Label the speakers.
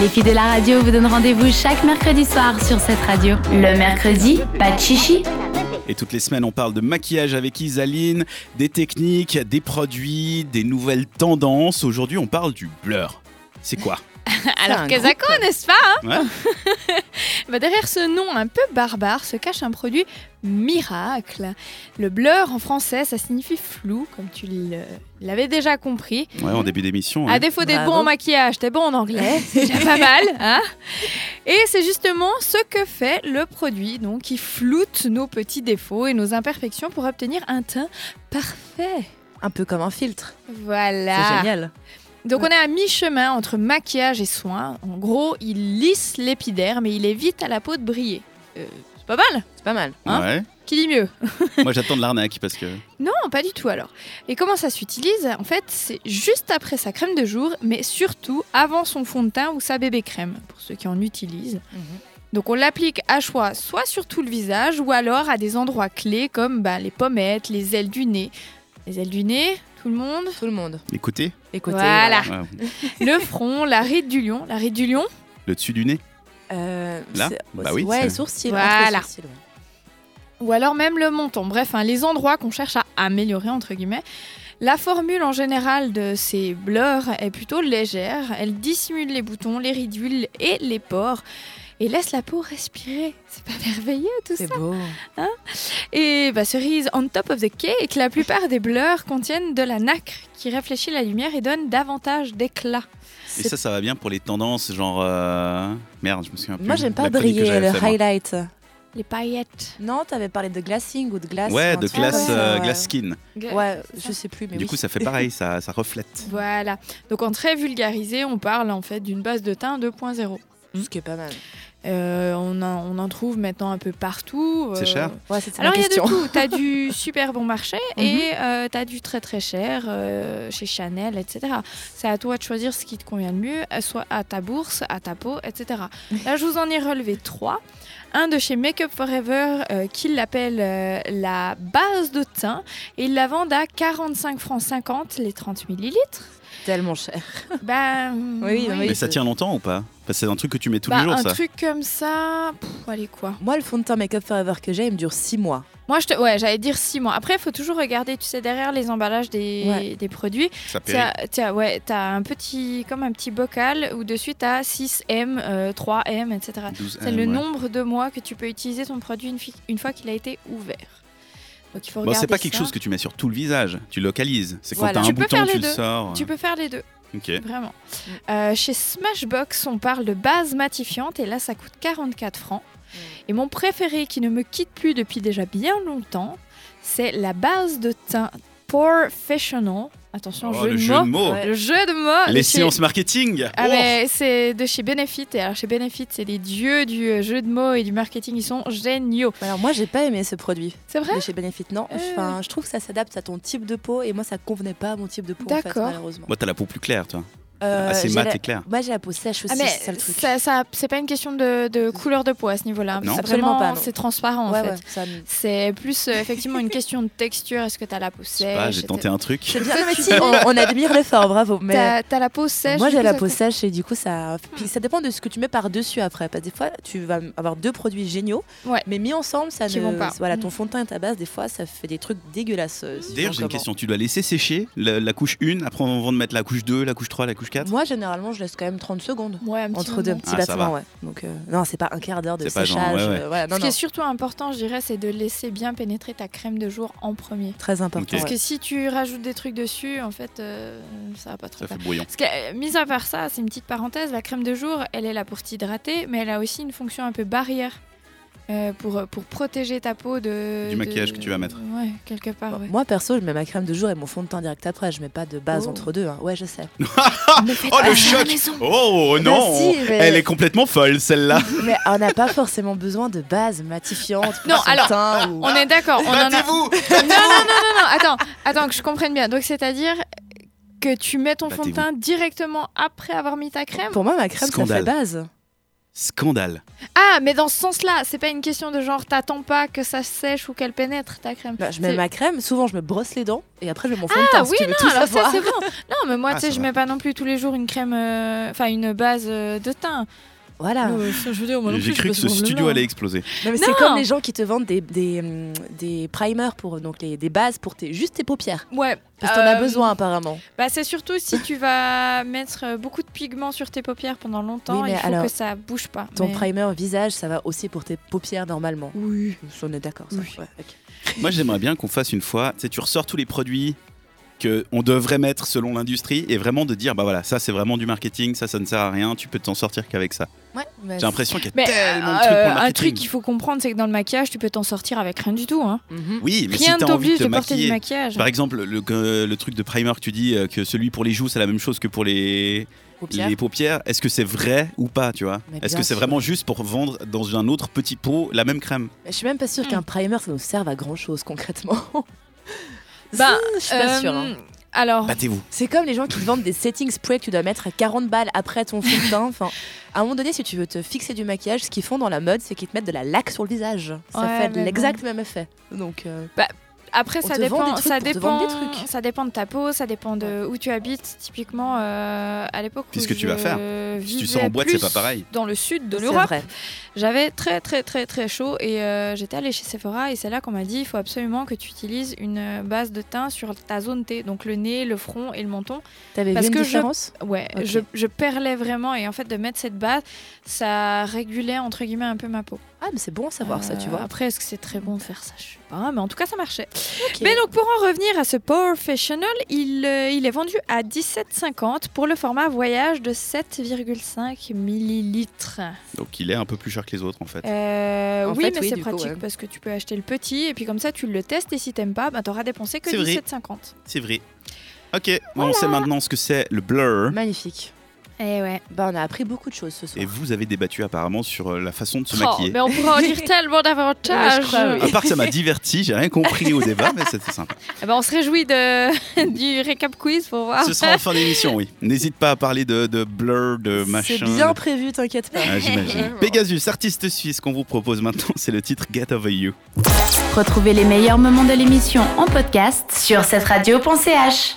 Speaker 1: Les filles de la radio vous donnent rendez-vous chaque mercredi soir sur cette radio. Le mercredi, pas de chichi.
Speaker 2: Et toutes les semaines, on parle de maquillage avec Isaline, des techniques, des produits, des nouvelles tendances. Aujourd'hui, on parle du blur. C'est quoi
Speaker 3: Alors,
Speaker 4: un
Speaker 3: Kazako, n'est-ce pas hein
Speaker 2: Ouais.
Speaker 3: Bah, Derrière ce nom un peu barbare se cache un produit miracle. Le blur en français, ça signifie flou, comme tu le- l'avais déjà compris.
Speaker 2: Ouais, en début d'émission. hein.
Speaker 3: À
Speaker 2: ouais.
Speaker 3: défaut d'être
Speaker 4: Bravo.
Speaker 3: bon en maquillage, t'es bon en anglais, c'est déjà pas mal. Hein et c'est justement ce que fait le produit, donc qui floute nos petits défauts et nos imperfections pour obtenir un teint parfait.
Speaker 4: Un peu comme un filtre. Ah,
Speaker 3: Voilà.
Speaker 4: C'est génial.
Speaker 3: Donc on est à mi-chemin entre maquillage et soin. En gros, il lisse l'épiderme et il évite à la peau de briller. Euh, c'est pas mal.
Speaker 4: C'est pas mal.
Speaker 3: hein
Speaker 2: Ouais.
Speaker 3: Qui dit mieux
Speaker 2: Moi, j'attends de l'arnaque parce que.
Speaker 3: Non, pas du tout alors. Et comment ça s'utilise En fait, c'est juste après sa crème de jour, mais surtout avant son fond de teint ou sa bébé crème, pour ceux qui en utilisent.
Speaker 4: Mhm.
Speaker 3: Donc on l'applique à choix soit sur tout le visage ou alors à des endroits clés comme bah, les pommettes, les ailes du nez. Les ailes du nez, tout le monde
Speaker 4: Tout le monde.
Speaker 2: Écoutez,
Speaker 4: Écoutez.
Speaker 3: Voilà.
Speaker 4: Ah.
Speaker 2: ouais,
Speaker 3: Le front, la ride du lion. La ride du lion,
Speaker 2: le dessus du nez.
Speaker 4: Euh,
Speaker 2: Là
Speaker 4: c'est-
Speaker 2: Bah oui,
Speaker 4: Ouais,
Speaker 2: c'est-
Speaker 4: sourcils.
Speaker 3: Voilà.
Speaker 4: entre sourcils, ouais.
Speaker 3: ou alors même le menton. Bref, hein, les endroits qu'on cherche à améliorer, entre guillemets. La formule en général de ces blurs est plutôt légère. Elle dissimule les boutons, les ridules et les pores et laisse la peau respirer. C'est pas merveilleux tout ça
Speaker 4: C'est beau.
Speaker 3: Et bah, cerise on top of the cake, la plupart des blurs contiennent de la nacre qui réfléchit la lumière et donne davantage d'éclat.
Speaker 2: Et ça, ça va bien pour les tendances, genre. euh, Merde, je me souviens plus.
Speaker 4: Moi, j'aime pas
Speaker 2: La chronique que
Speaker 4: briller
Speaker 2: j'avais
Speaker 4: le
Speaker 2: fait, moi.
Speaker 4: highlight.
Speaker 3: Les paillettes.
Speaker 4: Non, t'avais parlé de glacing ou de glace.
Speaker 2: Ouais,
Speaker 4: ou un
Speaker 2: de
Speaker 4: truc
Speaker 2: glace,
Speaker 4: comme ça,
Speaker 2: euh,
Speaker 4: ouais.
Speaker 2: glace skin.
Speaker 4: Ouais, je sais plus, mais
Speaker 2: du
Speaker 4: oui.
Speaker 2: coup, ça fait pareil, ça, ça reflète.
Speaker 3: Voilà. Donc en très vulgarisé, on parle en fait d'une base de teint 2.0.
Speaker 4: ce qui est pas mal.
Speaker 3: Euh, on, en, on en trouve maintenant un peu partout. euh,
Speaker 2: C'est cher
Speaker 4: Ouais, c'était ma
Speaker 3: Alors il y a de
Speaker 4: question.
Speaker 3: tout. T'as du super bon marché et euh, t'as du très très cher euh, chez Chanel, etc. C'est à toi de choisir ce qui te convient le mieux, euh, soit à ta bourse, à ta peau, etc. Là, je vous en ai relevé trois. Un de chez Make Up Forever euh, qui l'appelle euh, la base de teint et il la vend à 45 francs 50 les 30 millilitres.
Speaker 4: Tellement cher.
Speaker 3: Ben
Speaker 4: Oui, oui.
Speaker 2: Mais ça
Speaker 4: c'est-
Speaker 2: tient longtemps ou pas Parce que C'est un truc que tu mets tous
Speaker 3: Bah,
Speaker 2: les jours,
Speaker 3: un
Speaker 2: ça.
Speaker 3: truc comme ça, pff, allez quoi.
Speaker 4: Moi, le fond de teint Make Up Forever que j'ai, il me dure 6 mois.
Speaker 3: Moi, je te... ouais, j'allais dire six mois. Après, il faut toujours regarder, tu sais, derrière les emballages des,
Speaker 4: Ouais.
Speaker 3: des produits.
Speaker 2: Ça périt.
Speaker 3: Tiens, tiens, ouais, t'as un petit, comme un petit bocal où dessus t'as 6M, euh, 3M, etc.
Speaker 2: 12,
Speaker 3: C'est
Speaker 2: euh,
Speaker 3: le
Speaker 2: ouais.
Speaker 3: nombre de mois que tu peux utiliser ton produit une, fi- une fois qu'il a été ouvert. Donc il faut
Speaker 2: Bon,
Speaker 3: regarder.
Speaker 2: c'est pas quelque
Speaker 3: ça.
Speaker 2: chose que tu mets sur tout le visage. Tu localises. C'est quand
Speaker 4: Voilà.
Speaker 2: t'as un
Speaker 3: Tu peux
Speaker 2: bouton,
Speaker 3: faire les
Speaker 2: tu le
Speaker 3: deux.
Speaker 2: sors.
Speaker 3: Tu peux faire les deux,
Speaker 2: Ok.
Speaker 3: vraiment.
Speaker 4: Mm.
Speaker 3: Euh, chez Smashbox, on parle de base matifiante et là ça coûte 44 francs.
Speaker 4: Mm.
Speaker 3: Et mon préféré qui ne me quitte plus depuis déjà bien longtemps, c'est la base de teint Professional. Attention,
Speaker 2: Oh,
Speaker 3: jeu,
Speaker 2: le
Speaker 3: de
Speaker 2: jeu
Speaker 3: mots.
Speaker 2: de mots.
Speaker 4: Ouais.
Speaker 3: Le jeu de mots. de
Speaker 2: Les
Speaker 3: chez-
Speaker 2: séances marketing.
Speaker 3: Ah
Speaker 2: Oh.
Speaker 3: mais c'est de chez Benefit et alors chez Benefit c'est les dieux du euh, jeu de mots et du marketing ils sont géniaux.
Speaker 4: Alors, moi, j'ai pas aimé ce produit
Speaker 3: C'est vrai
Speaker 4: de chez Benefit. Non,
Speaker 3: Euh.
Speaker 4: enfin, je trouve que ça s'adapte à ton type de peau et moi, ça convenait pas à mon type de peau, en fait,
Speaker 3: D'accord.
Speaker 4: malheureusement.
Speaker 2: Moi, t'as la peau plus claire, toi.
Speaker 4: Euh,
Speaker 2: Bah, Assez
Speaker 4: j'ai
Speaker 2: mat
Speaker 4: la-
Speaker 2: et claire.
Speaker 4: Moi, j'ai la peau sèche aussi,
Speaker 3: Ah, mais
Speaker 4: c'est ça le truc. Mm.
Speaker 3: ça, ça- c'est pas une question de, de couleur de peau à ce niveau-là.
Speaker 2: Non.
Speaker 3: C'est
Speaker 4: Absolument
Speaker 3: vraiment-
Speaker 4: pas, non.
Speaker 3: C'est transparent
Speaker 4: Ouais,
Speaker 3: en fait.
Speaker 4: ouais, ça me-
Speaker 3: C'est plus euh, effectivement une question de texture. Est-ce que t'as la peau sèche
Speaker 2: Ah, j'ai tenté un
Speaker 4: C'est
Speaker 2: truc.
Speaker 4: bien, non, mais si, on, on admire l'effort, bravo. Mais euh,
Speaker 3: T'as t'as la peau sèche.
Speaker 4: moi,
Speaker 3: du
Speaker 4: j'ai
Speaker 3: coup,
Speaker 4: la
Speaker 3: ça
Speaker 4: peau
Speaker 3: te-
Speaker 4: sèche et du coup, ça. Puis ça dépend de ce que tu mets par-dessus après. Parce que des fois, tu vas avoir deux produits géniaux,
Speaker 3: Ouais.
Speaker 4: mais mis ensemble, ça
Speaker 3: Qui
Speaker 4: ne.
Speaker 3: vont pas.
Speaker 4: Voilà,
Speaker 3: Mm.
Speaker 4: ton fond de teint et ta base, des fois, ça fait des trucs dégueulasses. euh, suivant
Speaker 2: D'ailleurs, j'ai une
Speaker 4: comment.
Speaker 2: question. Tu dois laisser sécher la, la couche 1, après on va de mettre la couche 2, la couche 3, la couche 4.
Speaker 4: Moi, généralement, je laisse quand même 30 secondes
Speaker 3: Ouais, un petit
Speaker 4: entre deux
Speaker 3: moment.
Speaker 4: petits
Speaker 2: Ah, ça
Speaker 4: battements,
Speaker 2: va.
Speaker 4: ouais. Donc, euh, non, c'est pas un quart d'heure de
Speaker 2: C'est pas
Speaker 4: séchage.
Speaker 2: genre, ouais, ouais.
Speaker 4: euh, voilà, non,
Speaker 3: Ce qui est
Speaker 4: non.
Speaker 3: surtout important, je dirais, c'est de laisser bien pénétrer ta crème de jour en premier.
Speaker 4: Très important.
Speaker 2: Ok.
Speaker 3: Parce
Speaker 4: ouais.
Speaker 3: que si tu rajoutes des trucs dessus, en fait, euh, ça va pas trop.
Speaker 2: Ça
Speaker 3: faire.
Speaker 2: fait brouillon.
Speaker 3: Parce que, euh, mis à part ça, c'est une petite parenthèse, la crème de jour, elle est là pour t'hydrater, mais elle a aussi une fonction un peu barrière euh, pour, pour protéger ta peau de...
Speaker 2: Du maquillage
Speaker 3: de-
Speaker 2: que tu vas mettre. Ah.
Speaker 3: Ouais, quelque part, ouais.
Speaker 4: Moi, perso, je mets ma crème de jour et mon fond de teint direct après. Je mets pas de base
Speaker 3: Oh.
Speaker 4: entre deux. hein. Ouais, je sais.
Speaker 2: Oh,
Speaker 3: Ah,
Speaker 2: le
Speaker 3: à la
Speaker 2: choc
Speaker 3: maison.
Speaker 2: Oh
Speaker 4: Bah
Speaker 2: non
Speaker 4: si, mais-
Speaker 2: Elle est complètement folle, celle-là.
Speaker 4: Mais on n'a pas forcément besoin de base matifiante. pour
Speaker 3: Non,
Speaker 4: son
Speaker 3: alors,
Speaker 4: teint ou-
Speaker 3: On est d'accord, on en a... Non,
Speaker 2: Battez-vous
Speaker 3: non, non, non, non, attends, attends, que je comprenne bien. Donc, c'est-à-dire que tu mets ton fond de
Speaker 2: Battez-vous.
Speaker 3: teint directement après avoir mis ta crème
Speaker 4: Pour moi, ma crème,
Speaker 2: Scandale.
Speaker 4: ça fait base.
Speaker 2: Scandale.
Speaker 3: Ah, mais dans ce sens-là, c'est pas une question de genre t'attends pas que ça sèche ou qu'elle pénètre ta crème.
Speaker 4: Bah, je mets
Speaker 3: C'est-
Speaker 4: ma crème, souvent je me brosse les dents et après je mets mon fond de teint.
Speaker 3: Ah oui,
Speaker 4: si tu veux tout
Speaker 3: non, alors ça
Speaker 4: savoir.
Speaker 3: c'est bon. Non, mais moi,
Speaker 2: Ah,
Speaker 3: tu sais,
Speaker 2: ça
Speaker 3: je
Speaker 2: va.
Speaker 3: mets pas non plus tous les jours une crème, euh, enfin une base euh, de teint.
Speaker 4: Voilà.
Speaker 3: Euh, ça, je veux dire, moi non
Speaker 2: J'ai
Speaker 3: plus,
Speaker 2: cru
Speaker 3: je
Speaker 2: que
Speaker 3: passe
Speaker 2: ce
Speaker 3: mon
Speaker 2: studio
Speaker 3: blanc.
Speaker 2: allait exploser.
Speaker 4: Non, mais c'est
Speaker 3: Non.
Speaker 4: comme les gens qui te vendent des, des, hum, des primers pour donc les, des bases pour tes juste tes paupières
Speaker 3: Ouais.
Speaker 4: parce que t'en as
Speaker 3: euh,
Speaker 4: besoin apparemment.
Speaker 3: Bah, c'est surtout si tu vas mettre euh, beaucoup de pigments sur tes paupières pendant longtemps,
Speaker 4: Oui, mais
Speaker 3: il faut
Speaker 4: alors,
Speaker 3: que ça bouge pas.
Speaker 4: Ton
Speaker 3: mais-
Speaker 4: primer visage, ça va aussi pour tes paupières normalement.
Speaker 3: Oui.
Speaker 4: On est d'accord. ça.
Speaker 3: Oui.
Speaker 4: Ouais, ok.
Speaker 2: Moi, j'aimerais bien qu'on fasse une fois, tu sais, tu ressors tous les produits que on devrait mettre selon l'industrie et vraiment de dire bah voilà ça c'est vraiment du marketing ça ça ne sert à rien tu peux t'en sortir qu'avec ça
Speaker 4: Ouais, bah,
Speaker 2: j'ai l'impression qu'il y a
Speaker 3: Mais
Speaker 2: tellement de
Speaker 3: euh,
Speaker 2: trucs pour le
Speaker 3: un
Speaker 2: marketing
Speaker 3: truc qu'il faut comprendre, c'est que dans le maquillage, tu peux t'en sortir avec rien du tout. Hein.
Speaker 4: Mhm.
Speaker 2: oui mais
Speaker 3: Rien
Speaker 2: si t'as
Speaker 3: ne
Speaker 2: envie de
Speaker 3: t'oblige
Speaker 2: te
Speaker 3: de porter du
Speaker 2: maquiller
Speaker 3: maquillage.
Speaker 2: par exemple le, que- le truc de primer que tu dis euh, que celui pour les joues c'est la même chose que pour les
Speaker 4: Paupières.
Speaker 2: les paupières, est-ce que c'est vrai ou pas, tu vois
Speaker 4: Mais
Speaker 2: Est-ce
Speaker 4: bien
Speaker 2: que c'est
Speaker 4: sûr.
Speaker 2: vraiment juste pour vendre dans un autre petit pot la même crème
Speaker 4: Mais Je suis même pas sûre
Speaker 3: Mm.
Speaker 4: qu'un primer ça nous serve à grand chose concrètement.
Speaker 3: Bah,
Speaker 4: je suis pas
Speaker 3: Euh,
Speaker 4: sûre. hein.
Speaker 3: Alors,
Speaker 2: Battez-vous.
Speaker 4: C'est comme les gens qui te vendent des setting sprays que tu dois mettre à 40 balles après ton fond de teint. Enfin, à un moment donné, si tu veux te fixer du maquillage, ce qu'ils font dans la mode, c'est qu'ils te mettent de la laque sur le visage. Ça
Speaker 3: Ouais,
Speaker 4: fait
Speaker 3: mais
Speaker 4: l'exact même effet. Donc, euh,
Speaker 3: Après,
Speaker 4: On
Speaker 3: ça
Speaker 4: te vend des
Speaker 3: dépend,
Speaker 4: trucs
Speaker 3: ça
Speaker 4: pour te
Speaker 3: dépend,
Speaker 4: vendre des trucs.
Speaker 3: ça dépend de ta peau, ça dépend de où tu habites. Typiquement, euh, à l'époque où
Speaker 2: Puis ce que tu vas
Speaker 3: je
Speaker 2: faire. Si tu sors en
Speaker 3: vivais
Speaker 2: boîte, c'est
Speaker 3: plus
Speaker 2: pas pareil.
Speaker 3: Dans le sud de
Speaker 4: c'est
Speaker 3: l'Europe,
Speaker 4: vrai.
Speaker 3: j'avais très très très très chaud et euh, j'étais allée chez Sephora et c'est là qu'on m'a dit il faut absolument que tu utilises une euh, base de teint sur ta zone T, donc le nez, le front et le menton.
Speaker 4: T'avais vu
Speaker 3: Parce
Speaker 4: une
Speaker 3: que je-
Speaker 4: différence
Speaker 3: Ouais,
Speaker 4: Ok.
Speaker 3: je, je perlais vraiment et en fait de mettre cette base, ça régulait entre guillemets un peu ma peau.
Speaker 4: Ah, mais c'est bon à savoir ça, tu
Speaker 3: Euh,
Speaker 4: vois.
Speaker 3: Après, est-ce que c'est très bon de faire ça Je sais pas, mais en tout cas ça marchait.
Speaker 4: Ok.
Speaker 3: Mais donc pour en revenir à ce Power Professional, il, euh, il est vendu à 17,50 pour le format voyage de 7,5 millilitres.
Speaker 2: Donc il est un peu plus cher que les autres en fait.
Speaker 3: Euh,
Speaker 4: En
Speaker 3: oui,
Speaker 4: fait,
Speaker 3: mais
Speaker 4: oui,
Speaker 3: c'est
Speaker 4: du coup,
Speaker 3: pratique
Speaker 4: ouais.
Speaker 3: parce que tu peux acheter le petit et puis comme ça tu le testes et si t'aimes pas, bah, t'auras dépensé que
Speaker 2: C'est vrai.
Speaker 3: 17,50.
Speaker 2: C'est vrai. Ok, bon, on sait maintenant ce que c'est le blur.
Speaker 4: Magnifique.
Speaker 3: Et ouais.
Speaker 4: Bah, on a appris beaucoup de choses ce soir.
Speaker 2: Et vous avez débattu apparemment sur euh, la façon de se
Speaker 3: Oh,
Speaker 2: maquiller.
Speaker 3: mais on pourra en dire tellement
Speaker 4: Ouais, je
Speaker 3: davantage.
Speaker 4: crois, oui.
Speaker 2: À part que ça m'a diverti, j'ai rien compris au débat, mais c'était sympa.
Speaker 3: Eh ben, on se réjouit de, du récap quiz pour
Speaker 4: Ah.
Speaker 3: voir.
Speaker 2: Ce sera en fin d'émission, oui. N'hésite pas à parler de, de blur, de euh, machin.
Speaker 4: C'est bien prévu, t'inquiète pas.
Speaker 2: Ah, J'imagine. Pegasus, artiste suisse qu'on vous propose maintenant, c'est le titre Get Over You.
Speaker 1: Retrouvez les meilleurs moments de l'émission en podcast sur cette radio.ch.